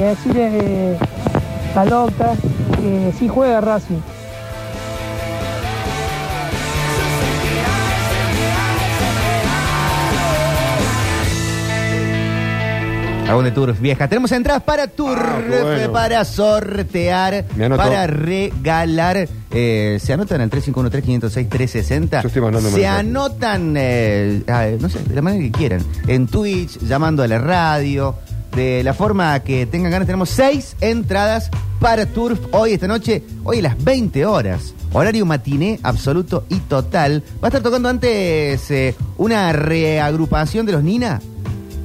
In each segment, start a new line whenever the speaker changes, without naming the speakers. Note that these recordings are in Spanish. decirle de, a Lota que sí juega Racing.
Dragón de Turf vieja. Tenemos entradas para Turf,
Ah, qué bueno.
para sortear,
Me anoto.
para regalar. Eh, se anotan al 351-3506-360.
Yo estoy mandando
Se
mensajes.
anotan, eh, ah, no sé, de la manera que quieran. En Twitch, llamando a la radio. De la forma que tengan ganas, tenemos seis entradas para Turf hoy, esta noche, hoy a las 20 horas. Horario matiné absoluto y total. Va a estar tocando antes eh, una reagrupación de los Nina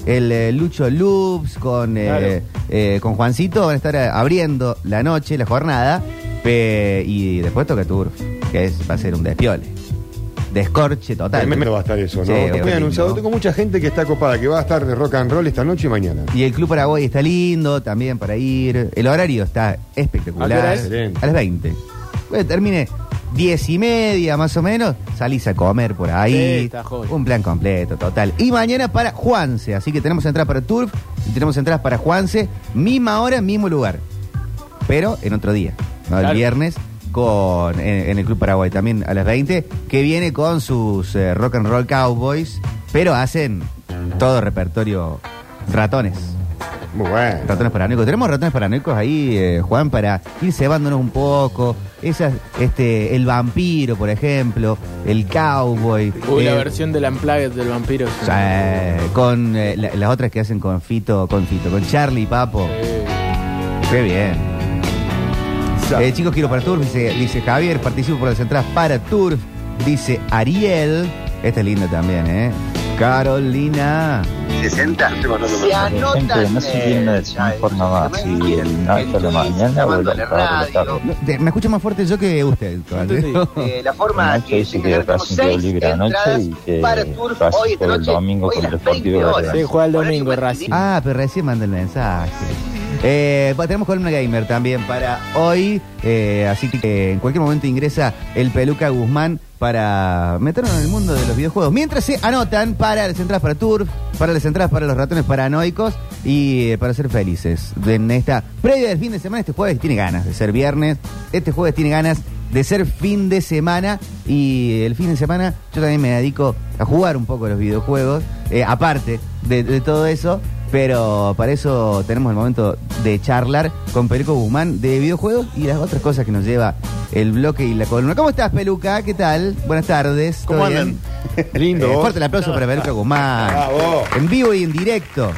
el eh, Lucho Loops con, eh,
Claro.
eh, con Juancito van a estar eh, abriendo la noche, la jornada. pe- y después toca Tour, que es, va a ser un despiole. Descorche total.
Tremendo va a estar eso, ¿no?
Sí,
Está muy
lindo.
anunciado. Tengo mucha gente que está copada, que va a estar de rock and roll esta noche y mañana.
Y el Club Paraguay está lindo también para ir. El horario está espectacular.
¿A qué hora es?
Excelente.
A las 20. Bueno, termine 10 y media más o menos. Salís a comer por ahí.
Sí, está joya.
Un plan completo, total. Y mañana para Juanse. Así que tenemos entradas para Turf y tenemos entradas para Juanse. Misma hora, mismo lugar. Pero en otro día. ¿no? El
Claro.
viernes. Con, en, en el Club Paraguay también a las 20, que viene con sus eh, rock and roll cowboys, pero hacen todo repertorio ratones.
Muy bueno.
Ratones paranoicos. Tenemos ratones paranoicos ahí, eh, Juan, para ir cebándonos un poco. Esas, este, el vampiro, por ejemplo, el cowboy.
Uy, la
eh,
versión del Unplugged del vampiro.
o sea, eh, con eh, la- las otras que hacen con Fito, con Fito, con Charlie y Papo.
Eh,
Qué bien. Eh, chicos, quiero para Turf, dice, dice Javier, participo por las entradas para Turf, dice Ariel. Esta es linda también, ¿eh? Carolina.
Se anotan. No se viene de nada. Si no es por la mañana, vuelve a la tarde.
No, te- me escucho más fuerte yo que usted. Aldo.
entendí.
Eh, La forma
Anoche dice que el Racing quedó libre anoche y que Racing juega el domingo contra el Deportivo de Belgrano.
Sí, juega el domingo Racing.
Ah, pero recién mandé el mensaje. Eh, bueno, tenemos columna gamer también para hoy, eh, así que en cualquier momento ingresa el peluca Guzmán para meternos en el mundo de los videojuegos. Mientras se anotan para las entradas para Tour, para las entradas para los ratones paranoicos y eh, para ser felices. En esta previa del fin de semana, este jueves tiene ganas de ser viernes, este jueves tiene ganas de ser fin de semana y el fin de semana yo también me dedico a jugar un poco a los videojuegos, eh, aparte de, de todo eso, pero para eso tenemos el momento de charlar con Peluco Guzmán de videojuegos y las otras cosas que nos lleva el bloque y la columna. ¿Cómo estás, Peluca? ¿Qué tal? Buenas tardes. ¿Todo
¿Cómo
bien?
andan?
Lindo.
Eh,
vos.
fuerte el aplauso para Peluca Guzmán.
Bravo.
En vivo y en directo.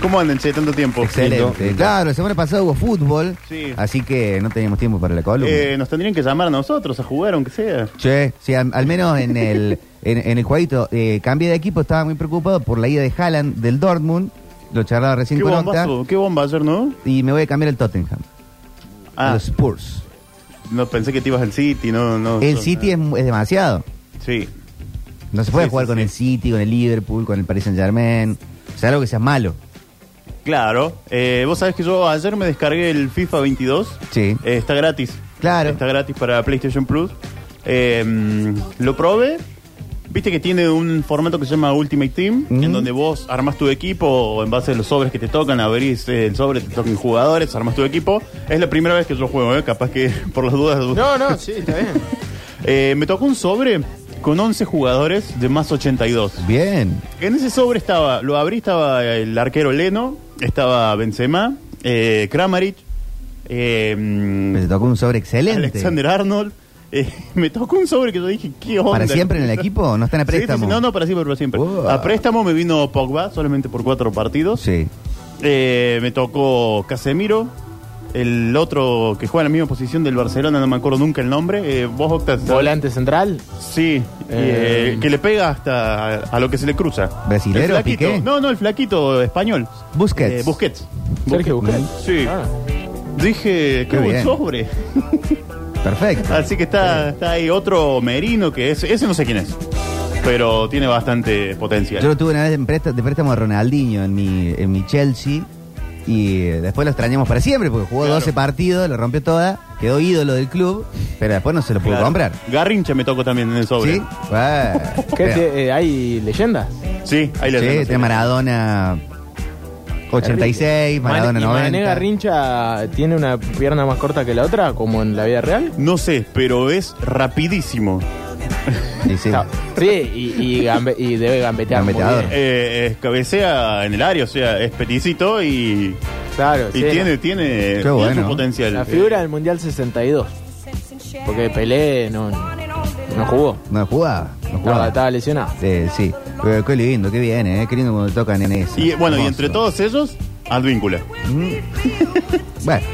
¿Cómo andan, che? Tanto tiempo.
Excelente.
lindo.
Claro, la semana pasada hubo fútbol,
Sí.
así que no teníamos tiempo para la columna.
Eh, nos tendrían que llamar a nosotros a jugar, aunque sea.
Che, sí, al, al menos en el, en, en el jueguito. Eh, cambié de equipo, estaba muy preocupado por la ida de Haaland del Dortmund. Lo charlaba recién
Qué
con Octa.
bombazo, qué bomba ayer, ¿no?
Y me voy a cambiar el Tottenham. a
Ah,
Los Spurs.
no pensé que te ibas al City, no, no.
El
son-
City es, mu- es demasiado.
Sí.
No se puede
eh. Sí,
jugar
sí,
con
sí.
el City, con el Liverpool, con el Paris Saint Germain. O sea, algo que sea malo.
Claro. Eh, Vos sabés que yo ayer me descargué el FIFA 22.
Sí.
Eh, está gratis.
Claro.
Está gratis para PlayStation Plus. Eh, mm, lo probé. Viste que tiene un formato que se llama Ultimate Team,
Mm.
en donde vos armas tu equipo en base a los sobres que te tocan, abrís eh, el sobre, te tocan jugadores, armas tu equipo. Es la primera vez que yo juego, ¿eh? capaz que por las dudas.
No, no, sí, está bien.
Eh, me tocó un sobre con 11 jugadores de más 82.
Bien.
En ese sobre estaba, lo abrí, estaba el arquero Leno, estaba Benzema, eh, Kramaric, eh, mm,
Me tocó un sobre excelente.
Alexander Arnold. Eh, me tocó un sobre que yo dije, ¿qué onda?
¿Para siempre en el equipo? ¿No están a
Sí, sí, sí,
préstamo?
no, no, para siempre, para siempre.
Wow.
A préstamo me vino Pogba solamente por cuatro partidos.
Sí.
Eh, me tocó Casemiro. El otro que juega en la misma posición del Barcelona, no me acuerdo nunca el nombre. Eh, vos, Octa, ¿sabés?
Volante central.
Sí, eh,
Eh,
que le pega hasta a, a lo que se le cruza.
¿Brasilero,
El flaquito.
Piqué?
No, no, el flaquito español.
Busquets.
Eh, Busquets.
Sergio Busquets.
Mm.
Sí.
Ah.
Dije,
Qué
qué buen
bien.
sobre.
Perfecto.
Así que está, está ahí otro Merino que es, ese no sé quién es, pero tiene bastante potencial.
Yo lo tuve una vez en préstamo, de préstamo a Ronaldinho en mi, en mi Chelsea. Y eh, después lo extrañamos para siempre porque jugó
Claro.
12 partidos, lo rompió toda, quedó ídolo del club, pero después no se lo pudo
Claro.
comprar.
Garrincha me tocó también en el sobre.
¿Sí? Ah,
¿Qué
bien.
te- eh, ¿Hay leyendas?
Sí, ahí le
Sí,
tengo,
tiene Maradona. 86, Maradona
Man- ¿Y
90.
Manega Rincha tiene una pierna más corta que la otra, como en la vida real?
No sé, pero es rapidísimo.
Y sí.
No. Sí, y, y gambe- y debe gambetear. muy
Gambeteador.
bien.
Eh, es cabecea en el área, o sea, es peticito y,
Claro,
y
sí.
tiene, eh, tiene, tiene
bueno.
su potencial.
La figura del Mundial 62. Porque Pelé no, no jugó.
No jugaba. No
Estaba,
jugaba.
estaba lesionado.
Eh, sí. Pero qué lindo, qué bien, ¿eh? Qué lindo cuando tocan en eso.
Y bueno, y
Hermoso.
entre todos ellos, Advíncula.
Bueno,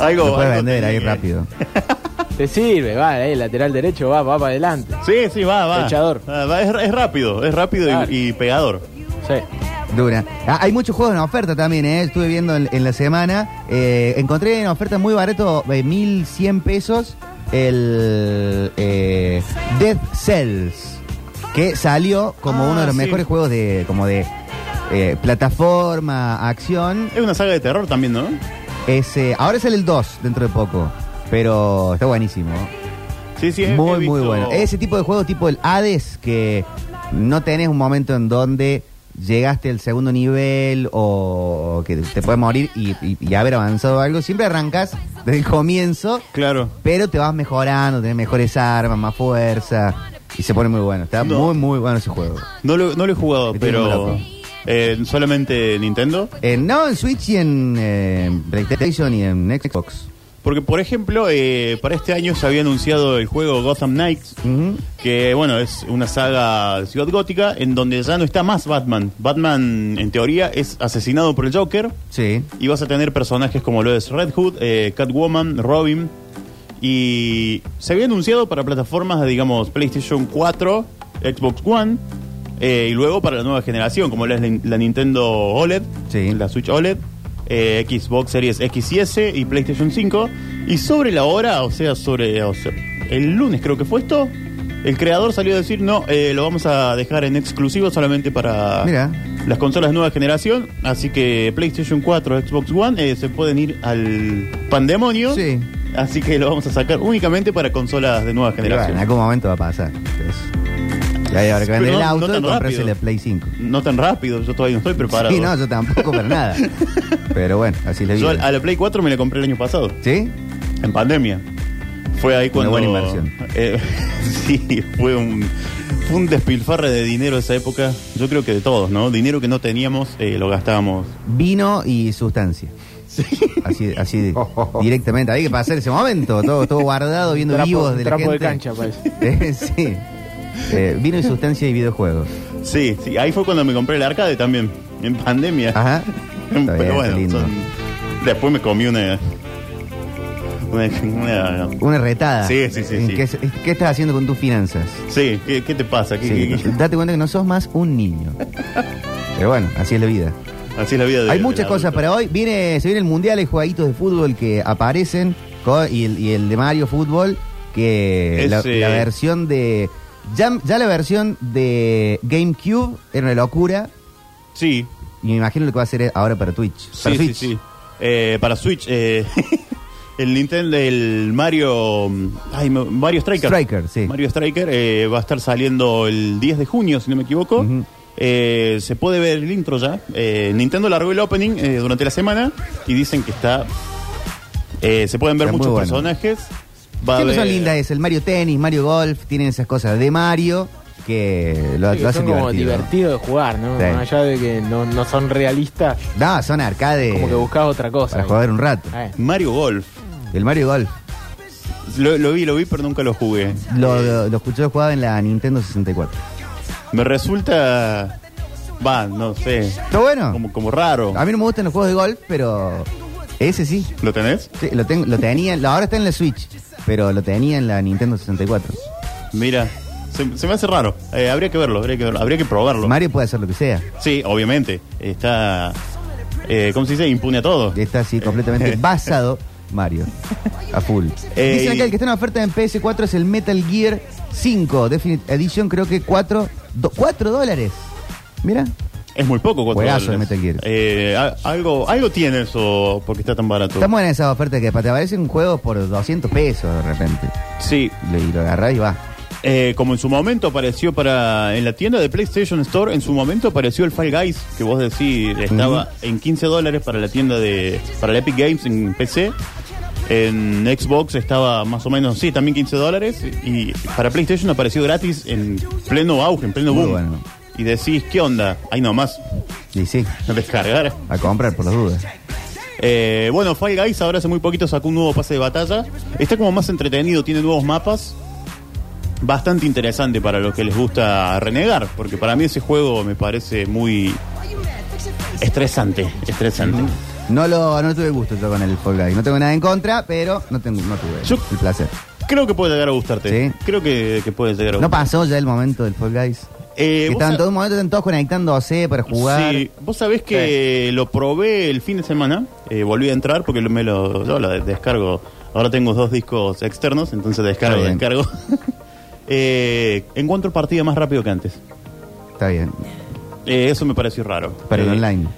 Algo,
lo puedes
algo
vender ahí
tenía.
rápido.
Te sirve, va, eh, lateral derecho, va, va para adelante.
Sí, sí, va, va.
Flechador.
Ah, va, es, es rápido, es rápido y-
Claro.
y, pegador.
Sí.
Dura. Ah, hay muchos juegos en oferta también, ¿eh? Estuve viendo en, en la semana. Eh, encontré en oferta muy barato, eh, 1100 pesos, el eh, Dead Cells, que salió como
Ah,
uno de los
sí.
mejores juegos de como de eh, plataforma, acción.
Es una saga de terror también, ¿no?
Es, eh, ahora sale el 2 dentro de poco, pero está buenísimo.
Sí, sí, he- he
Muy,
visto-
muy bueno. Ese tipo de juego tipo el Hades, que no tenés un momento en donde llegaste al segundo nivel o que te puedes morir y, y- y haber avanzado algo, siempre arrancas desde el comienzo,
Claro.
pero te vas mejorando, tenés mejores armas, más fuerza, y se pone muy bueno. Está
No.
muy, muy bueno ese juego.
No lo, no lo he jugado,
Me tiene
pero.
loco.
eh, solamente Nintendo.
Eh, no, en Switch y en eh, PlayStation y en Xbox.
Porque, por ejemplo, eh, para este año se había anunciado el juego Gotham Knights,
Ujú.
que, bueno, es una saga de ciudad gótica en donde ya no está más Batman. Batman, en teoría, es asesinado por el Joker
Sí.
y vas a tener personajes como lo es Red Hood, eh, Catwoman, Robin. Y se había anunciado para plataformas, digamos, PlayStation 4, Xbox One, eh, y luego para la nueva generación, como lo es la, la Nintendo OLED,
Sí.
la Switch OLED, eh, Xbox Series X y S y PlayStation 5. Y sobre la hora, o sea, sobre o sea, el lunes creo que fue esto, el creador salió a decir, no, eh, lo vamos a dejar en exclusivo solamente para
Mira.
las consolas nueva generación. Así que PlayStation 4, Xbox One eh, se pueden ir al pandemonio.
Sí.
Así que lo vamos a sacar únicamente para consolas de nueva
Pero bueno, en
generación.
algún momento va a pasar. Entonces, ya hay ahora que vender
Pero
el
no-
auto
no tan
y comprarse
rápido.
la Play 5.
No tan rápido, yo todavía no estoy preparado.
Sí, no, yo tampoco para nada. Pero bueno, así le
Yo
digo.
a la Play 4 me la compré el año pasado,
¿Sí?
en pandemia. Fue ahí
Una
cuando.
buena inversión.
Eh, sí, fue un, fue un despilfarre de dinero esa época. Yo creo que de todos, ¿no? Dinero que no teníamos eh, lo gastábamos.
Vino y sustancia. Así, así
Oh,
directamente. Había que pasar ese momento. Todo, todo guardado, viendo
Trapo-
vivos de la
trapo de
gente.
cancha, parece.
Eh, sí. Eh, vino y sustancia y videojuegos.
Sí, sí, ahí fue cuando me compré el arcade también, en pandemia.
Ajá. Está bien,
Pero
está
bueno,
lindo.
son- después me comí una. una- una-
Una retada.
Sí, sí, sí,
¿En
sí.
¿Qué, es- qué estás haciendo con tus finanzas?
sí, ¿qué, qué te pasa? ¿Qué-
Sí,
qué- qué-
Date cuenta que no sos más un niño. Pero bueno, así es la vida.
Así es la vida de.
Hay muchas cosas para
hoy.
hoy. Viene, se viene el mundial, hay jueguitos de fútbol que aparecen co- y, el, y el de Mario Fútbol, que
Es,
la,
eh,
la versión de. Ya, ya la versión de GameCube era una locura.
Sí,
Y me imagino lo que va a hacer ahora para Twitch. para
sí, sí,
Switch.
sí. Eh, para Switch, eh, el Nintendo, el Mario. mm, Ay, me- Mario Striker.
Striker, sí.
Mario Striker eh, va a estar saliendo el 10 de junio, si no me equivoco.
Ujú.
Eh, se puede ver el intro ya. Eh, Nintendo largó el opening eh, durante la semana y dicen que está. eh, se pueden ver
Está muy
muchos
bueno.
personajes. Va a
Siempre son
haber- eh,
lindas es el Mario Tennis, Mario Golf, tienen esas cosas de Mario que lo,
Sí,
lo
que
hacen
son como
divertido.
divertidos de jugar, ¿no?
Sí.
Más allá de que no, no son realistas,
No, son arcades
como que buscas otra cosa.
para jugar un rato.
Eh,
Mario Golf.
El Mario Golf.
Lo, lo vi, lo vi, pero nunca lo jugué.
Lo,
Eh.
lo, lo escuché jugado en la Nintendo 64.
Me resulta. Va, no sé.
¿Está bueno?
Como, como raro.
Ah. A mí no me gustan los juegos de golf, pero ese sí.
¿Lo tenés?
Sí, lo, tengo, lo tenía, lo- ahora está en la Switch, pero lo tenía en la Nintendo 64.
Mira, se, se me hace raro. Eh, habría que verlo, habría que verlo, habría que probarlo.
Mario puede hacer lo que sea.
Sí, obviamente. Está. Eh, ¿Cómo se dice? Impune a todo.
Está así completamente basado Mario. A full.
Eh,
Dicen
y-
acá, el que está en oferta en PS4 es el Metal Gear 5 Definite Edition, creo que 4, 4 dólares. Mira,
Es muy poco cuatro
Juegazo de
dólares.
Metal Gear.
Eh, a- algo, algo tiene eso porque está tan barato.
están buenas esas ofertas que te aparecen juegos por 200 pesos de repente.
Sí.
Lo- Y lo agarrás y va.
Eh, como en su momento apareció para en la tienda de PlayStation Store, en su momento apareció el Fall Guys, que vos decís estaba en 15 dólares para la tienda de para la Epic Games en PC. En Xbox estaba más o menos, sí, también 15 dólares. Y para PlayStation apareció gratis en pleno auge, en pleno
Muy
boom.
bueno.
Y decís, ¿qué onda? Ahí nomás,
Y sí,
descargar.
a comprar por las dudas.
Eh, bueno, Fall Guys ahora hace muy poquito sacó un nuevo pase de batalla. Está como más entretenido, tiene nuevos mapas. Bastante interesante para los que les gusta renegar, porque para mí ese juego me parece muy estresante, estresante.
No lo no tuve gusto yo con el Fall Guys. No tengo nada en contra, pero no, tengo, no tuve
Yo-
el placer.
Creo que puede llegar a gustarte.
Sí.
Creo que, que puede llegar a
No
gustarte.
pasó ya el momento del Fall Guys. que
Eh, vos
estaban
sab-
todos un momento, estaban todos conectándose para jugar.
Sí, vos sabés que lo probé el fin de semana, eh, volví a entrar porque lo- me lo, yo lo de- descargo. Ahora tengo dos discos externos, entonces descargo,
Está bien.
descargo. Eh, encuentro partida más rápido que antes.
Está bien.
Eh, eso me pareció raro.
Para el
Eh,
online.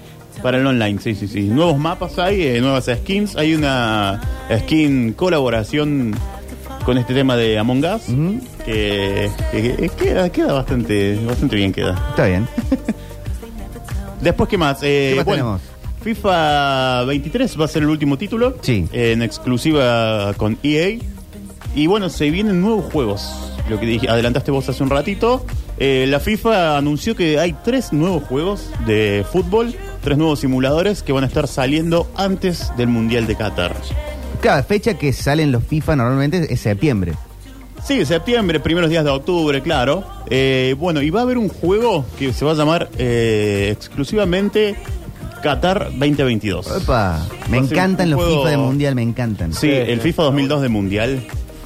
Para el online, sí, sí, sí. Nuevos mapas hay, eh, nuevas skins. Hay una skin colaboración con este tema de Among Us.
Ujú.
que, que- que queda, queda bastante, bastante bien queda.
Está bien.
Después, ¿qué más? Eh,
¿Qué más tenemos?
FIFA 23 va a ser el último título.
Sí.
En exclusiva con EA. Y bueno, se vienen nuevos juegos. Lo que dije, adelantaste vos hace un ratito. Eh, la FIFA anunció que hay tres nuevos juegos de fútbol, tres nuevos simuladores que van a estar saliendo antes del Mundial de Qatar.
Cada fecha que salen los FIFA normalmente es septiembre.
Sí, septiembre, primeros días de octubre, claro. Eh, bueno, y va a haber un juego que se va a llamar eh, exclusivamente Qatar 2022.
Opa. Me
Va a ser
encantan
un
los
juego-
FIFA de mundial, me encantan.
Sí, el FIFA 2002 de Mundial.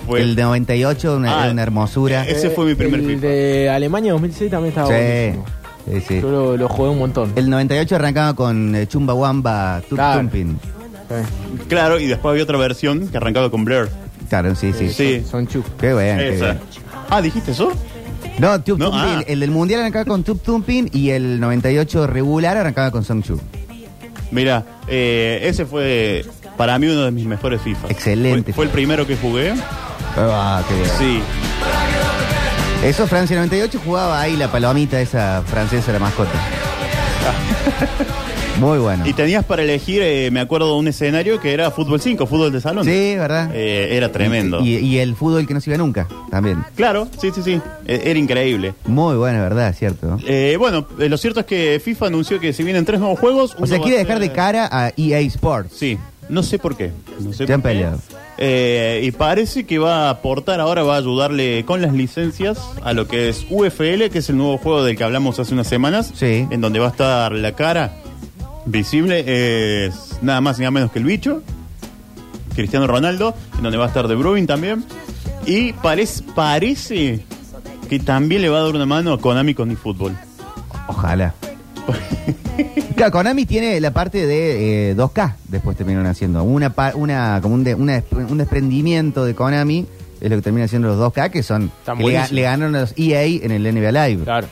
Fue
El de 98, una,
Ah,
una hermosura.
Ese fue mi primer
el
FIFA.
de Alemania 2006 también estaba
Sí.
buenísimo.
Sí, sí.
Yo lo, lo jugué un montón.
El 98 arrancaba con eh, Chumba Wamba, Tup
Claro.
Tumpin.
Claro, y después había otra versión que arrancaba con Blair.
Claro, sí, sí.
Sí,
Son chu.
Qué bueno. qué
esa.
bueno.
Ah, ¿dijiste eso?
No, Tup
No,
Tumpin,
ah.
el- el del mundial arrancaba con Tup Tumpin y el 98 regular arrancaba con Song Chu.
Mira, eh, ese fue para mí uno de mis mejores FIFA.
Excelente.
Fue, fue el primero que jugué.
Ah, qué bien.
Sí.
Eso Francia 98 jugaba ahí la palomita esa francesa, la mascota. Muy bueno.
Y tenías para elegir, eh, me acuerdo, un escenario que era fútbol 5, fútbol de salón.
Sí, ¿verdad?
Eh, era tremendo.
Y, y el fútbol que no se iba nunca, también.
Claro, sí, sí, sí. Eh, era increíble.
Muy bueno, ¿verdad? Cierto.
Eh, bueno, eh, lo cierto es que FIFA anunció que se vienen tres nuevos juegos.
O sea,
Uno va
quiere
a
dejar de
ser-
cara a EA Sports.
Sí, no sé por qué. No sé
Se han
por qué.
peleado.
Eh, y parece que va a aportar ahora, va a ayudarle con las licencias a lo que es UFL, que es el nuevo juego del que hablamos hace unas semanas,
Sí.
en donde va a estar la cara visible, es nada más y nada menos que el bicho, Cristiano Ronaldo, en donde va a estar De Bruyne también, y parece, parece que también le va a dar una mano a Konami con el fútbol.
Ojalá. Claro, Konami tiene la parte de eh, 2K, después terminaron haciendo. Una, pa- una, como un, de- una despre- un desprendimiento de Konami es lo que terminan haciendo los 2K, que son.
Están
que le, ga-
buenísimos.
le ganaron a los EA en el NBA Live.
Claro.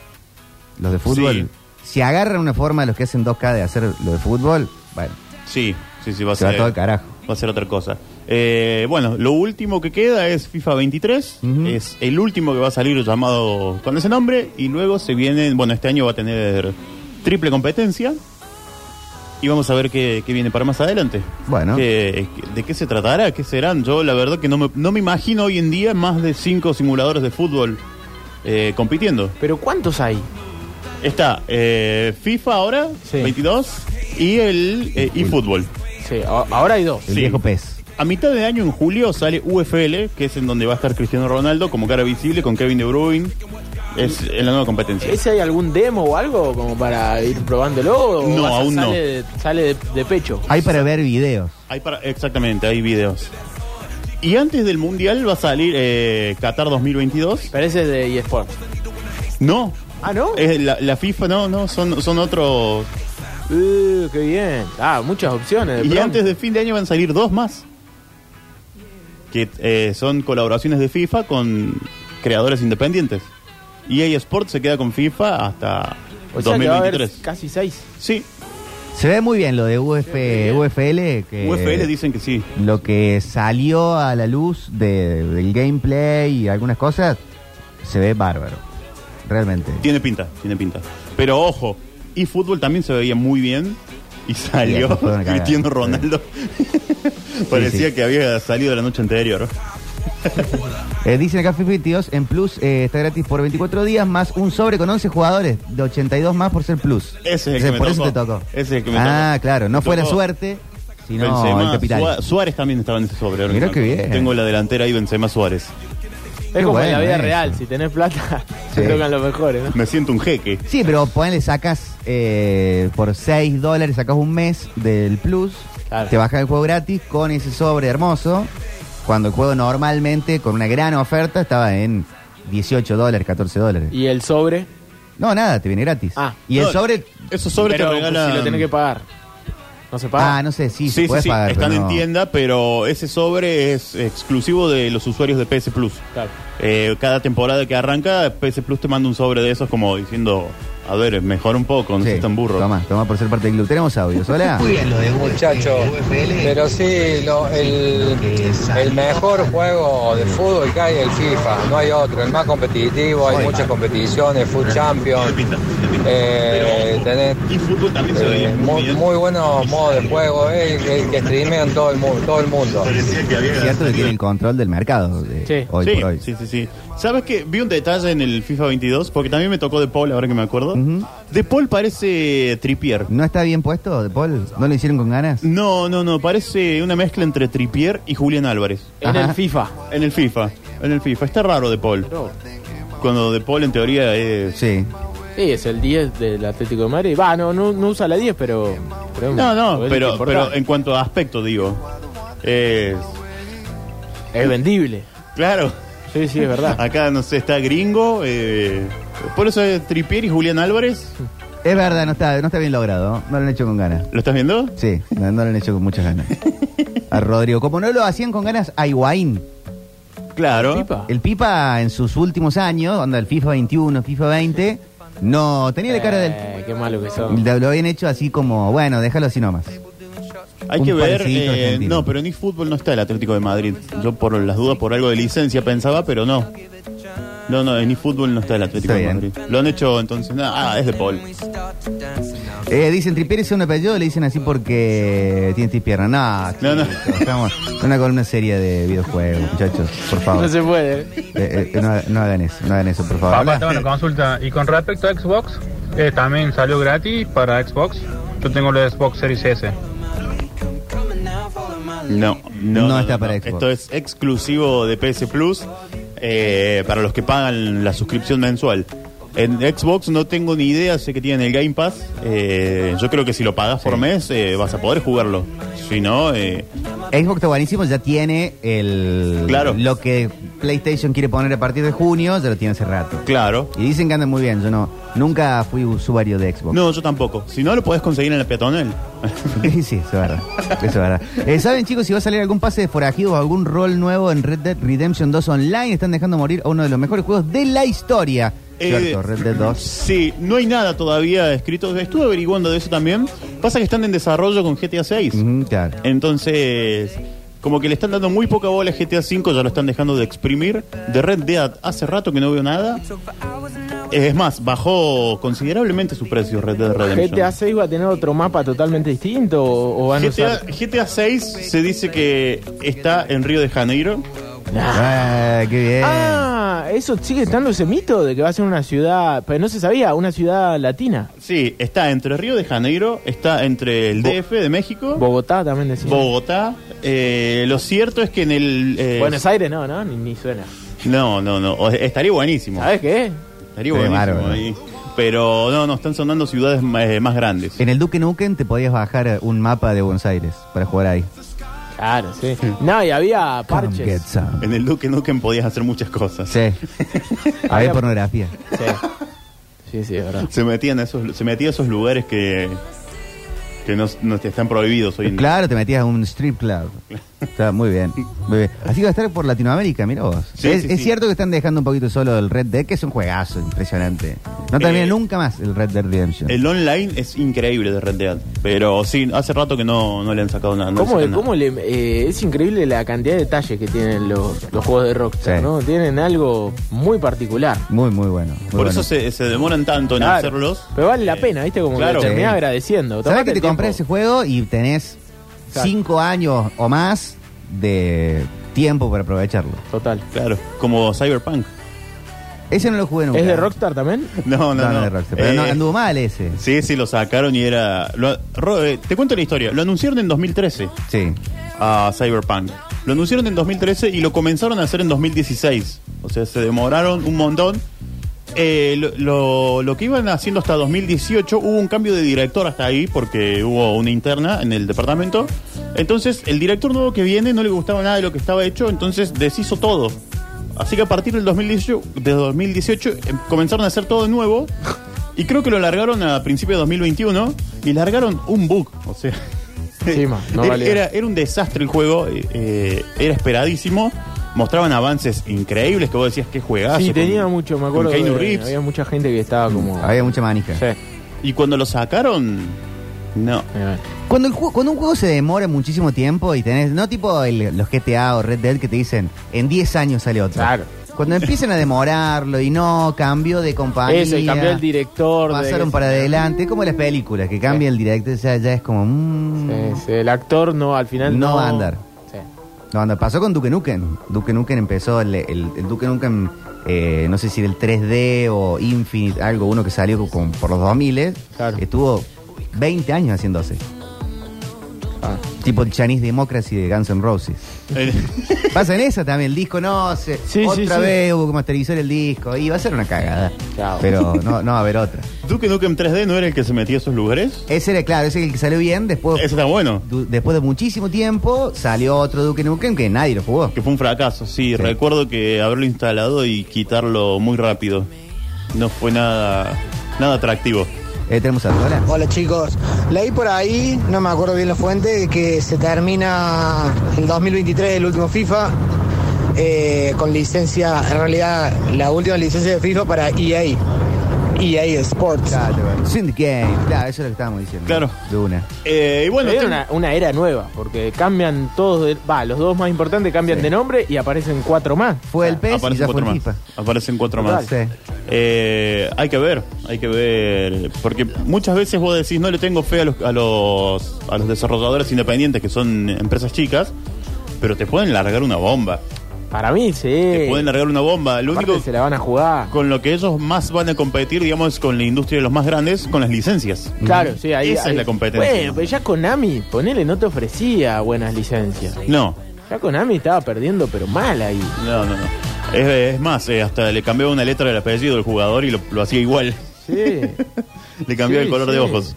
Los de fútbol.
Sí.
Si agarran una forma los que hacen 2K de hacer lo de fútbol, bueno,
Sí, sí, sí, va a
se
ser.
va todo al carajo.
va a ser otra cosa. Eh, bueno, lo último que queda es FIFA 23.
Ujú.
Es el último que va a salir llamado con ese nombre. Y luego se vienen. Bueno, este año va a tener triple competencia. Y vamos a ver qué, qué viene para más adelante.
Bueno.
¿Qué- ¿De qué se tratará? ¿Qué serán? Yo, la verdad, que no me, no me imagino hoy en día más de cinco simuladores de fútbol eh, compitiendo.
Pero ¿cuántos hay?
Está eh, FIFA ahora,
Sí.
22, y el eh, eFootball.
Sí, a- ahora hay dos.
El
Sí.
viejo pez.
A mitad de año, en julio, sale UFL, que es en donde va a estar Cristiano Ronaldo como cara visible con Kevin De Bruyne. Es en la nueva competencia.
¿Ese hay algún demo o algo como para ir probándolo? o
No,
vas a-
aún no.
sale de- sale de, de pecho.
Hay para ver videos.
Hay para, exactamente, hay videos. Y antes del Mundial va a salir eh, Qatar 2022.
Parece de eSports.
No,
Ah, ¿no?
es la, la FIFA, no, no, son, son otros.
Uh, qué bien. Ah, muchas opciones. de
Y
pronto.
antes de fin de año van a salir dos más. Que eh, son colaboraciones de FIFA con creadores independientes. EA Sports se queda con FIFA hasta
O sea que va a haber
2023.
casi seis.
Sí,
Se ve muy bien lo de UF, UFL. Que
UFL dicen que sí.
Lo que salió a la luz de- del gameplay y algunas cosas, se ve bárbaro. Realmente.
Tiene pinta, tiene pinta. Pero ojo, y fútbol también se veía muy bien y salió
Bien, fue una cagada.
Cristiano Ronaldo. Parecía
sí.
que había salido la noche anterior.
Eh, dicen acá Fifi Tíos, en Plus eh, está gratis por 24 días, más un sobre con 11 jugadores, de 82 más por ser Plus.
Ese es el
Entonces,
que me
por
tocó.
eso te tocó.
Ese es el que me
ah,
tocó.
claro, no
Me
fuera
tocó.
suerte, sino el
Benzema,
capital.
Sua- Suárez también estaba en ese sobre. ahora
Mirá
me
qué
acuerdo.
bien.
Tengo la delantera ahí, Benzema Suárez.
Qué
Es como en la
bueno
vida
eso.
real, si tenés plata,
Sí.
te tocan los mejores, ¿no?
Me siento un jeque.
Sí, pero ponele, sacas eh, por 6 dólares, sacas un mes del Plus,
Claro.
te bajas el juego gratis con ese sobre hermoso, cuando el juego normalmente, con una gran oferta, estaba en 18 dólares, 14 dólares.
Y el sobre,
No, nada, te viene gratis.
Ah.
y el
No,
sobre...
Esos sobres
pero
te regalan.
si lo tenés que pagar, no se paga.
Ah, no sé, sí,
Sí,
se
sí,
puede
sí,
pagar.
están
pero
en
no.
tienda, pero ese sobre es exclusivo de los usuarios de PS Plus.
Claro.
Eh, cada temporada que arranca, PS Plus te manda un sobre de esos como diciendo, a ver, mejor un poco, no
Sí,
seas tan burro.
Toma, toma por ser parte del club. Tenemos audios, hola.
muchachos. Pero sí, lo- el, el mejor juego de fútbol que hay es el FIFA, no hay otro, el más competitivo, hay muchas competiciones, Food Champions, eh, tenés
Y fútbol también se veía
eh, muy, muy buenos modos de juego, eh, que, que streamean todo el, mu- todo el mundo.
Es cierto que tiene el control del mercado de
Sí.
hoy
sí,
por hoy.
sí, sí, sí. ¿Sabes qué? Vi un detalle en el FIFA 22, porque también me tocó De Paul, ahora que me acuerdo.
Ujú.
De Paul parece Tripier.
¿No está bien puesto, De Paul? ¿No lo hicieron con ganas?
No, no, no, parece una mezcla entre Tripier y Julián Álvarez.
En
Ajá.
el FIFA.
En el FIFA, en el FIFA. Está raro De Paul. Cuando De Paul en teoría es...
Sí.
Sí, es el 10 del Atlético de Madrid. Va, no, no, no usa la 10, pero... pero-
No, no,
es
pero,
importante.
pero en cuanto a aspecto, digo. Es-
Es vendible.
claro.
Sí, sí, es verdad.
Acá, no sé, está gringo. eh, por eso es Tripier y Julián Álvarez.
Es verdad, no está, no está bien logrado. No lo han hecho con ganas.
¿Lo estás viendo?
Sí, no, no lo han hecho con muchas ganas. A Rodrigo. Como no lo hacían con ganas a Higuaín.
Claro.
Pipa.
El Pipa en sus últimos años, onda el FIFA 21, FIFA 20, no tenía la cara del...
Eh, qué malo que son.
Lo habían hecho así como, bueno, déjalo así nomás.
Hay
Un
que ver.
parecidito
eh,
argentino.
no, pero en eFootball no está el Atlético de Madrid. Yo por las dudas, por algo de licencia pensaba, pero no. No, no, en eFootball no está el Atlético
Está
de
bien.
Madrid. Lo han hecho entonces. nada, Ah, es de Paul.
Eh, dicen Tripier es un apellido, le dicen así porque tiene tres piernas. No,
No, no.
chicos, estamos en una columna seria de videojuegos, muchachos, por favor.
No se puede.
Eh, eh, no, no hagan eso, no hagan eso, por favor.
Papá, tengo una consulta. Y con respecto a Xbox, eh, también salió gratis para Xbox. Yo tengo la Xbox Series S.
No, no,
No está para Xbox.
Esto es exclusivo de PS Plus eh, para los que pagan la suscripción mensual. En Xbox no tengo ni idea, sé que tienen el Game Pass. eh, yo creo que si lo pagas por mes eh, vas a poder jugarlo. Si no, eh,
Xbox está buenísimo, ya tiene el
Claro.
lo que PlayStation quiere poner a partir de junio, ya lo tiene hace rato.
claro.
Y dicen que andan muy bien, yo no, nunca fui usuario de Xbox.
No, yo tampoco. Si no, lo podés conseguir en la peatonal.
Sí, sí, eso es verdad. Eso es verdad. Eh, ¿Saben, chicos, si va a salir algún pase de forajido o algún rol nuevo en Red Dead Redemption 2 Online? Están dejando morir a uno de los mejores juegos de la historia. Cierto,
Eh,
Red Dead 2.
Sí, no hay nada todavía escrito. Estuve averiguando de eso también. Pasa que están en desarrollo con GTA 6.
Ujú, claro.
Entonces, como que le están dando muy poca bola a GTA V, ya lo están dejando de exprimir. De Red Dead hace rato que no veo nada. Es más, bajó considerablemente su precio Red Dead Redemption.
GTA 6 va a tener otro mapa totalmente distinto o, o van a
GTA,
usar...
GTA 6 se dice que está en Río de Janeiro.
Ah, qué bien.
Ah, eso sigue estando ese mito de que va a ser una ciudad, pero no se sabía, una ciudad latina.
Sí, está entre Río de Janeiro, está entre el
Bo-
DF de México,
Bogotá también decía.
Bogotá. Eh, lo cierto es que en el... eh,
Buenos Aires no, no, ni, ni suena.
No, no, no. o- Estaría buenísimo.
¿Sabes qué?
Estaría
Sí,
buenísimo
bárbaro.
ahí. Pero no, no, están sonando ciudades ma- eh, más grandes.
En el Duque Nukem te podías bajar un mapa de Buenos Aires para jugar ahí.
Claro, sí. No, y había
Come get
parches.
some.
En el Duque Nukem podías hacer muchas cosas.
Sí. Había pornografía.
Sí. sí, sí, es verdad.
Se metían a esos, se metía a esos lugares que, que no, no te están prohibidos hoy en día.
Claro, te metías a un strip club. Está muy bien, muy bien. Así que va a estar por Latinoamérica, mira vos.
Sí,
es
sí,
es
sí.
cierto que están dejando un poquito solo el Red Dead, que es un juegazo impresionante. No termina
Eh,
nunca más el Red Dead Redemption.
El online es increíble de Red Dead. Pero sí, hace rato que no, no le han sacado nada. no le
¿Cómo,
sacan nada.
cómo le- eh, es increíble la cantidad de detalles que tienen los, los juegos de Rockstar,
Sí.
¿no? Tienen algo muy particular.
Muy, muy bueno. muy
Por
bueno.
eso se, se demoran tanto en
Claro.
hacerlos.
Pero vale la
Eh,
pena, ¿viste? Como
claro.
que terminás
Sí.
agradeciendo.
Sabés
Tomate
que
el
te
tiempo.
compré ese juego y tenés
Claro.
cinco años o más de tiempo para aprovecharlo.
Total.
Claro, como Cyberpunk.
Ese no lo jugué nunca.
¿Es de Rockstar también?
No, no, no.
de Rockstar, Pero no,
Eh,
anduvo mal ese.
Sí, sí, lo sacaron y era... lo- Ro- eh, te cuento la historia. Lo anunciaron en 2013
Sí.
a Cyberpunk. Lo anunciaron en 2013 y lo comenzaron a hacer en 2016. O sea, se demoraron un montón. Eh, lo, lo- lo que iban haciendo hasta 2018 hubo un cambio de director hasta ahí porque hubo una interna en el departamento. Entonces, el director nuevo que viene no le gustaba nada de lo que estaba hecho, entonces deshizo todo. Así que a partir del 2018, de 2018 eh, comenzaron a hacer todo de nuevo y creo que lo largaron a principios de 2021 y largaron un bug. O sea,
Sí, ma, no
era,
valía.
era- era un desastre el juego, eh, eh, era esperadísimo. Mostraban avances increíbles que vos decías que juegazo.
Sí,
con-
tenía mucho, me
con
acuerdo.
Keanu
que
Reeves.
Había mucha gente que estaba como.
Había mucha manija.
Sí.
Y cuando lo sacaron, no.
Eh,
Cuando, el ju- cuando un juego se demora muchísimo tiempo y tenés, no tipo el- los GTA o Red Dead que te dicen, en 10 años sale otro.
Claro.
Cuando empiezan a demorarlo y no, cambio de compañía.
Eso, y cambió el director. de-
Pasaron para adelante, como las películas, que cambia el director, ya, ya es como... mm,
Sí, Eh, sí, el actor no, al final
No
no.
va a andar.
Sí.
No, anda, pasó con Duke Nukem. Duke Nukem empezó, el, el- el Duke Nukem, eh, no sé si del 3D o Infinite, algo, uno que salió con- por los 2000,
Claro.
estuvo 20 años haciéndose.
Ah.
Tipo el Chinese Democracy de Guns N' Roses.
El-
Pasa en esa también, el disco no se.
Sí,
otra
sí, sí.
vez hubo que masterizar el disco. Y va a ser una cagada.
Chao.
Pero no, no va a haber otra.
Duke Nukem 3D no era el que se metía a esos lugares.
Ese era claro, ese es el que salió bien.
Oh.
Después,
Eso está bueno.
du- después de muchísimo tiempo salió otro Duke Nukem que nadie lo jugó.
Que fue un fracaso, sí.
Sí.
Recuerdo que haberlo instalado y quitarlo muy rápido. No fue nada, nada atractivo.
Eh, tenemos algo, hola.
Hola chicos, leí por ahí, no me acuerdo bien la fuente, que se termina el 2023 el último FIFA eh, con licencia, en realidad la última licencia de FIFA para E EA, EA Sports.
Syndicate, claro, eso es lo que estábamos diciendo.
Claro.
De una.
Eh, y bueno,
Pero era
ten-
una, una era nueva, porque cambian todos, de- va, los dos más importantes cambian de nombre y aparecen cuatro más.
Fue el PES y
aparecen
ya fue
cuatro
el
más.
FIFA.
Aparecen cuatro
Total.
más.
Sí.
Eh, hay que ver, hay que ver. Porque muchas veces vos decís, no le tengo fe a los, a los, a los desarrolladores independientes, que son empresas chicas, pero te pueden largar una bomba.
Para mí, sí.
Te pueden largar una bomba. Lo
Aparte
único
se la van a jugar.
con lo que ellos más van a competir, digamos, con la industria de los más grandes, con las licencias.
Claro, sí, ahí.
Esa es
ahí-
la competencia.
Bueno, pero ya Konami, ponele, no te ofrecía buenas licencias.
No,
Ya Konami estaba perdiendo, pero mal ahí.
no, no. no. Es, es más, eh, hasta le cambiaba una letra del apellido del jugador y lo, lo hacía igual.
Sí,
Le cambiaba
Sí,
el color de
sí.
ojos.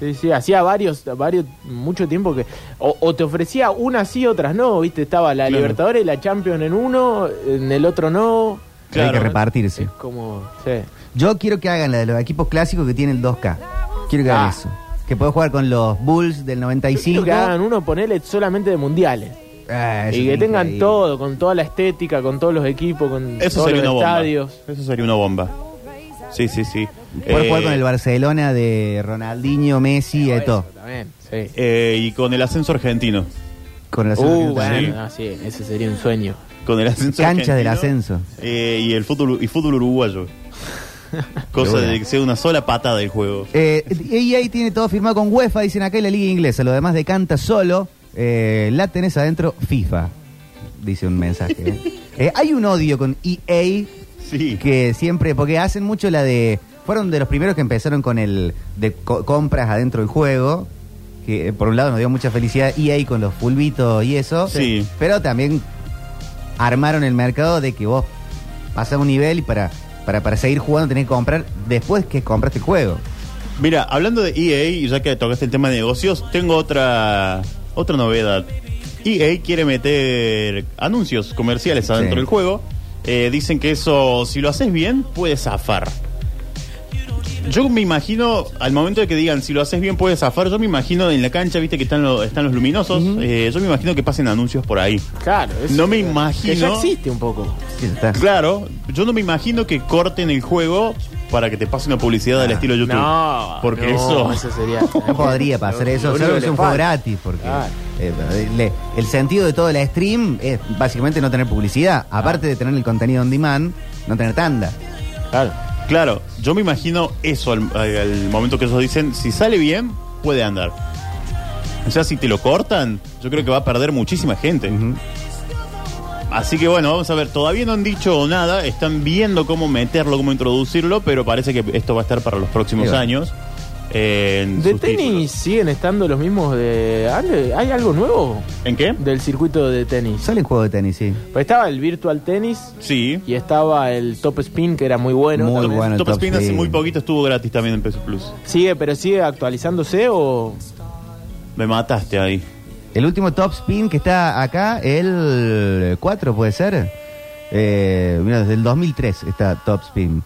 sí, sí, hacía varios, varios, mucho tiempo que. O, o te ofrecía unas sí, otras no, viste, estaba la
Claro.
Libertadores y la Champions en uno, en el otro no.
Claro. ¿eh?
Hay que repartirse.
Es como, sí.
Yo quiero que hagan la de los equipos clásicos que tienen 2K. Quiero que hagan
Ah.
eso. Que podés jugar con los Bulls del
Yo quiero
95.
que hagan uno, ponele solamente de mundiales.
Ah, eso
y que
es
tengan
increíble.
todo, con toda la estética, con todos los equipos, con
Eso
todos
sería una
los
bomba.
estadios.
Eso sería una bomba. Sí, sí, sí.
Podés
Eh,
jugar con el Barcelona de Ronaldinho, Messi, de todo.
Eso también, sí.
eh, y con el ascenso argentino.
Con la
Uh,
selección
bueno,
argentina.
ah, sí, ese sería un sueño.
Con el ascenso
Canchas del
argentino,
ascenso.
eh, y el fútbol, y fútbol uruguayo. Cosa de que sea una sola patada del juego.
Eh, EA tiene todo firmado con UEFA, dicen acá en la liga inglesa. Lo demás decanta solo. Eh, la tenés adentro FIFA, dice un mensaje. ¿eh? Eh, hay un odio con EA
Sí.
que siempre, porque hacen mucho la de, fueron de los primeros que empezaron con el de co- compras adentro del juego, que eh, por un lado nos dio mucha felicidad EA con los pulvitos y eso,
Sí.
pero también armaron el mercado de que vos pasás un nivel y para, para, para seguir jugando tenés que comprar después que compraste el juego.
Mira, hablando de EA, y ya que tocaste el tema de negocios, tengo otra, otra novedad. EA quiere meter anuncios comerciales adentro
Sí.
del juego. Eh, dicen que eso, si lo haces bien, puedes zafar. Yo me imagino, al momento de que digan, si lo haces bien, puedes zafar, yo me imagino en la cancha, viste que están, los- están los luminosos, eh, yo me imagino que pasen anuncios por ahí.
Claro, eso-
No me
Que ya
imagino...
existe un poco.
Sí, está.
Claro, yo no me imagino que corten el juego para que te pase una publicidad del estilo YouTube.
No,
porque
no,
eso.
eso sería.
No podría pasar eso,
Lo único
solo
que
es
le
un juego
falta.
gratis, porque
Claro.
eh, le- el sentido de todo el stream es básicamente no tener publicidad, aparte de tener el contenido on demand, no tener tanda.
Claro. Claro, yo me imagino eso al, al momento que ellos dicen, si sale bien, puede andar. O sea, si te lo cortan, yo creo que va a perder muchísima gente. Así que bueno, vamos a ver, todavía no han dicho nada, están viendo cómo meterlo, cómo introducirlo, pero parece que esto va a estar para los próximos
Sí, va.
años. eh, en
¿De
sus títulos.
tenis siguen estando los mismos de Ale? ¿Hay algo nuevo
¿En qué?
del circuito de tenis?
Sale el juego de tenis, sí.
Pues estaba el Virtual Tennis
Sí.
y estaba el Top Spin, que era muy bueno.
Muy
también.
bueno. el
Top,
Top
Spin hace
Spin.
muy poquito estuvo gratis también en Peso Plus.
¿Sigue, pero sigue actualizándose o...?
Me mataste ahí.
El último top spin que está acá, el 4 puede ser. Eh, mira, desde el 2003 está top spin.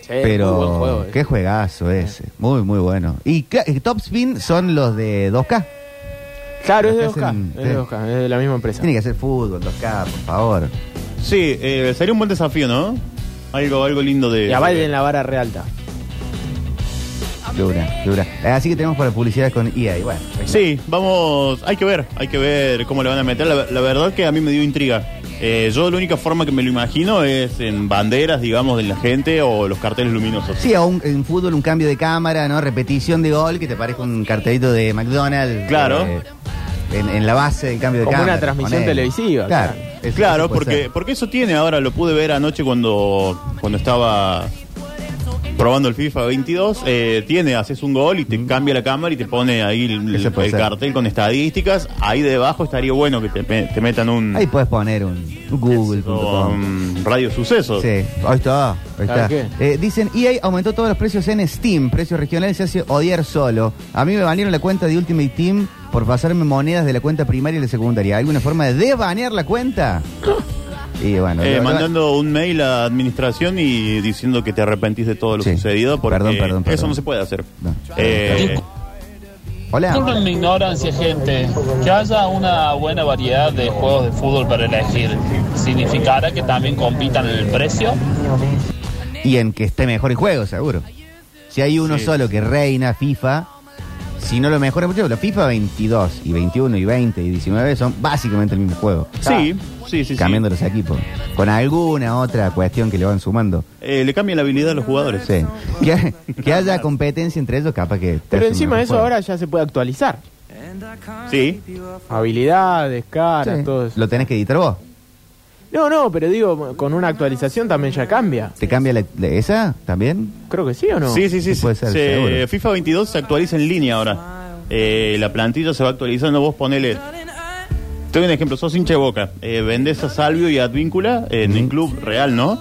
Sí,
Pero
muy buen juego, eh.
qué juegazo ese, muy muy bueno. Y cla- eh, top spin son los de 2K.
Claro, es
Lo
de
que
2K,
hacen- eh,
es de 2K, es de la misma empresa.
Tiene que hacer fútbol 2K, por favor.
Sí, eh, sería un buen desafío, ¿no? Algo, algo lindo de...
Y a Biden la vara realta.
Dura, dura. Eh, Así que tenemos para publicidad con EA. y Bueno,
Sí, vamos, hay que ver, hay que ver cómo le van a meter. La, la verdad que a mí me dio intriga. Eh, yo la única forma que me lo imagino es en banderas, digamos, de la gente o los carteles luminosos.
Sí, a un- en fútbol un cambio de cámara, ¿no? Repetición de gol que te parezca un cartelito de McDonald's.
Claro.
eh, en, en la base del cambio de
Como una
cámara.
transmisión
ponele.
televisiva,
Claro,
claro.
eso-
Claro,
eso puede
porque,
ser.
porque eso tiene ahora, lo pude ver anoche cuando, cuando estaba probando el FIFA 22. eh, tiene, haces un gol y te cambia la cámara y te pone ahí el,
Eso puede
el
ser.
cartel con estadísticas. Ahí debajo estaría bueno que te, me- te metan un,
Ahí puedes poner un, un Google.com.
un radio suceso.
Sí, ahí está, ahí
¿Sabe
está.
qué?
Eh, dicen, EA aumentó todos los precios en Steam, precios regionales, se hace odiar solo. A mí me banearon la cuenta de Ultimate Team por pasarme monedas de la cuenta primaria y la secundaria. ¿Alguna forma de desbanear la cuenta? Y bueno,
Eh,
lo- lo-
mandando un mail a administración y diciendo que te arrepentís de todo lo
Sí.
sucedido porque
Perdón, perdón, perdón.
eso no se puede hacer.
No.
Eh,
Hola.
mi ignorancia, gente. Que haya una buena variedad de juegos de fútbol para elegir, ¿significará que también compitan el precio?
Y en que esté mejor el juego, seguro. Si hay uno
Sí.
solo que reina FIFA, si no lo mejora mucho, los FIFA 22 y 21 y 20 y 19 son básicamente el mismo juego.
sí, sí, sí. sí.
cambiando los equipos. Con alguna otra cuestión que le van sumando.
Eh, le cambia la habilidad a los jugadores.
Sí. Que, que haya competencia entre ellos, capaz que. te
Pero
hacen
encima de
mejor
eso
juego.
ahora ya se puede actualizar.
Sí.
Habilidades, caras,
Sí.
todo eso.
Lo tenés que editar vos.
No, no, pero digo, con una actualización también ya cambia.
¿Te cambia la- la- esa también?
Creo que sí o no.
Sí, sí, sí.
Sí, puede ser,
se-
seguro.
FIFA 22 se actualiza en línea ahora. Eh, la plantilla se va actualizando. Vos ponele. Te doy un ejemplo. Sos hincha de boca. Eh, vendés a Salvio y Advíncula en el club real, ¿no?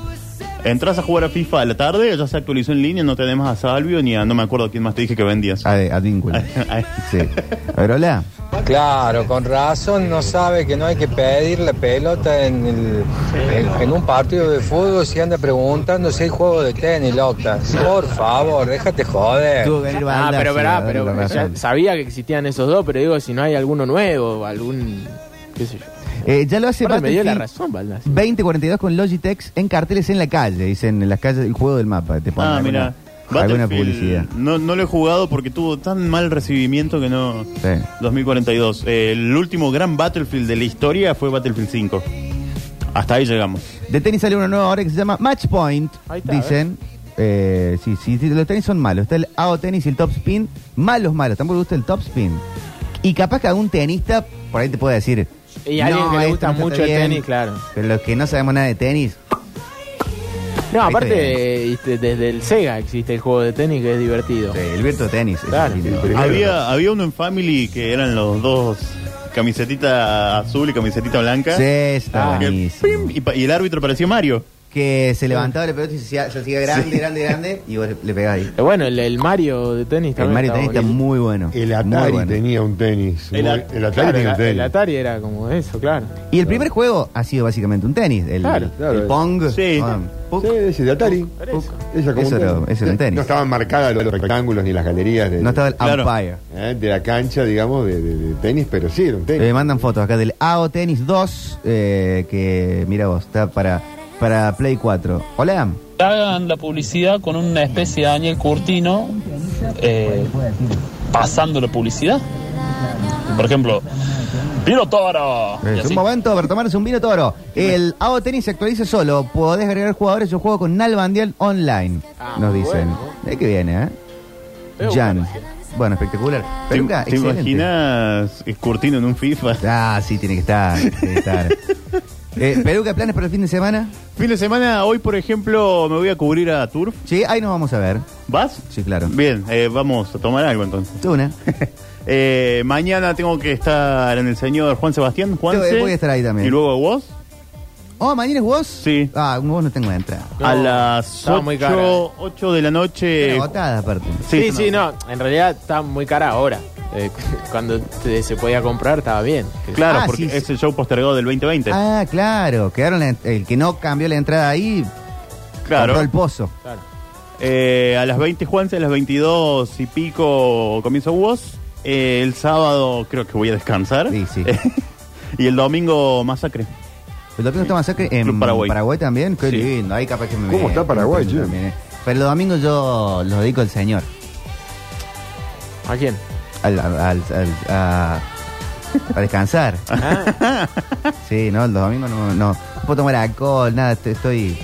Entrás a jugar a FIFA a la tarde, ya se actualizó en línea, no tenemos a Salvio ni a. No me acuerdo quién más te dije que vendías.
A ver, advíncula.
Ay.
Sí. A ver, hola.
Claro, con razón no sabe que no hay que pedir la pelota en, el- en- en un partido de fútbol si anda preguntando si hay juego de tenis, Octa. Por favor, déjate joder.
Tuvo que venir
Ah,
Baldassi
pero
a
verá,
darle
pero
la
ya
razón.
sabía que existían esos dos, pero digo, si no hay alguno nuevo, algún... qué sé yo.
Eh, ya lo hace
Aparte, me dio la
Battlefield
razón, Baldas.
2042 con Logitech en carteles en la calle. Dicen en las calles del juego del mapa. Te ponen
Ah,
alguna,
mira.
alguna
Battlefield,
publicidad.
No, no lo he jugado porque tuvo tan mal recibimiento que no.
Sí.
2042. Eh, el último gran Battlefield de la historia fue Battlefield 5. Hasta ahí llegamos.
De tenis sale uno nuevo ahora que se llama Match Point.
Ahí está,
dicen. Eh, sí, sí, sí, los tenis son malos. Está el AO tenis y el top spin. Malos, malos. Tampoco gusta el top spin. Y capaz que algún tenista por ahí te puede decir.
Y alguien que le
esto
gusta
no está
mucho el
bien".
tenis, claro.
Pero los que no sabemos nada de tenis.
No,
Ahí
aparte,
está
este, desde el Sega existe el juego de tenis que es divertido.
sí, el Virtu Tenis. es
Claro.
lindo.
Pero-
Había, había uno en Family que eran los dos camisetita azul y camisetita blanca.
Sí, está
Ah,
Que,
buenísimo.
prim, y, pa- y el árbitro parecía Mario.
Que se levantaba la pelota y se hacía, se hacía grande, grande, grande. Y vos le, le pegás ahí.
Eh, Bueno, el, el Mario de tenis
El
también.
Mario Tenis está
bonito.
muy bueno.
El
muy
Atari
bueno.
tenía un tenis. muy- El,
El a-
Atari
Claro,
tenía un
el,
tenis.
el Atari era como eso, claro.
Y el primer juego ha sido básicamente un tenis. El,
Claro,
claro.
el Pong.
Sí.
Ah, Puk.
Sí, ese de Atari. Ella como
Eso
un
era-
tenis.
eso era un tenis.
No estaban marcadas los, los rectángulos ni las galerías de,
No estaba el
Claro.
umpire.
eh, de la cancha, digamos, de, de- de tenis, pero sí era un tenis.
Eh, Me mandan fotos acá del AO Tennis 2, eh, que mira vos, está para, para Play 4. Hola.
hagan la publicidad con una especie de Daniel Curtino eh, pasando la publicidad. Por ejemplo, Vino Toro. Y
Es
así.
Eh, un momento para tomarse un vino toro. El AO Tenis se actualiza solo. Podés agregar jugadores. Yo juego con Nal Bandiel online. Nos dicen. Ahí que viene, ¿eh? Jan. Bueno, espectacular.
¿Te,
Peluca,
te
excelente.
imaginas eh, Curtino en un FIFA?
Ah, sí, tiene que estar. Tiene que estar. Eh, Peluca, ¿planes para el fin de semana?
Fin de semana, hoy por ejemplo, me voy a cubrir a Turf.
Sí, ahí nos vamos a ver.
¿Vas?
Sí, claro.
Bien, eh, vamos a tomar algo entonces.
Tuna.
Eh, mañana tengo que estar en el señor Juan Sebastián. Juan
Yo, eh, voy a estar ahí también.
Y luego vos.
Oh, ¿mañana es vos?
Sí.
Ah, vos no tengo entrada.
a las
está muy cara.
8, de la noche.
Pero agotada, aparte.
Sí, sí,
no.
no. En realidad está muy cara ahora. Eh, cuando te- se podía comprar estaba bien.
Claro,
Ah,
porque
sí, sí.
es el show postergado del 2020.
Ah, claro. Quedaron la ent- el que no cambió la entrada ahí, compró
claro.
el pozo.
Claro.
Eh, a las 20 Juanse, a las 22 y pico comienza vos. Eh, el sábado creo que voy a descansar.
Sí, sí.
y el domingo masacre.
El domingo está masacre en
Club Paraguay.
Paraguay. también. Qué
Sí.
lindo. Ahí capaz que me
¿Cómo está Paraguay,
me-
che?
también, eh. Pero el domingo yo lo dedico al señor.
¿A quién?
Al, al- al- al- a, a descansar. Sí, no, el domingo no, no. No puedo tomar alcohol, nada. est- Estoy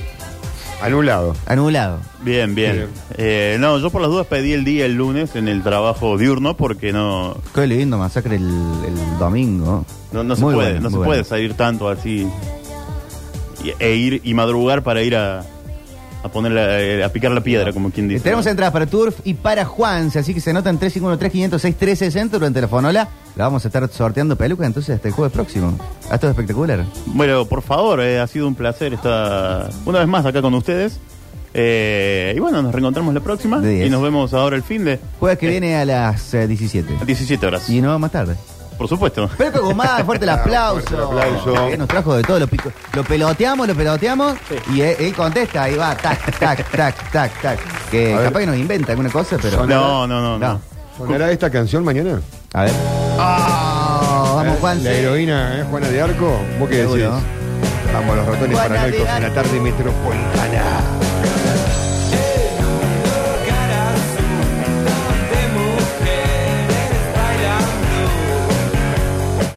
Anulado.
anulado.
Bien, bien. Eh, no, yo por las dudas pedí el día el lunes en el trabajo diurno porque no,
Qué lindo masacre el, el domingo.
no, no se
Muy
puede,
bueno,
no
muy
se
bueno.
puede salir tanto así y- e ir y madrugar para ir a, a poner la- eh, a picar la piedra, como quien
Eh,
dice.
Tenemos
¿no?
entradas para Turf y para Juanse, así que se anotan 351-356-360 durante la fonola. La vamos a estar sorteando peluca entonces hasta el jueves próximo. Ah, Esto es espectacular.
Bueno, por favor, eh, ha sido un placer estar una vez más acá con ustedes. Eh, y bueno, nos reencontramos la próxima
De diez.
y nos vemos ahora el fin de
Jueves que viene a las eh, 17.
a 17 horas.
Y no más tarde.
Por supuesto.
Pepe Guzmán, fuerte el aplauso.
Fuerte el aplauso.
Que nos trajo de todo, lo, pico- lo peloteamos, lo peloteamos. Y él, él contesta, ahí va, tac, tac, tac, tac, tac. Que
A ver.
capaz que nos inventa alguna cosa, pero.
No, no, no, no.
¿Sonará esta canción mañana?
A ver. Ah, vamos,
¿Eh? La
Juanse.
heroína, ¿eh? Juana de Arco. ¿Vos qué decís?
Seguro.
Vamos, los ratones
Juana de
paranoicos en la tarde metropolitana.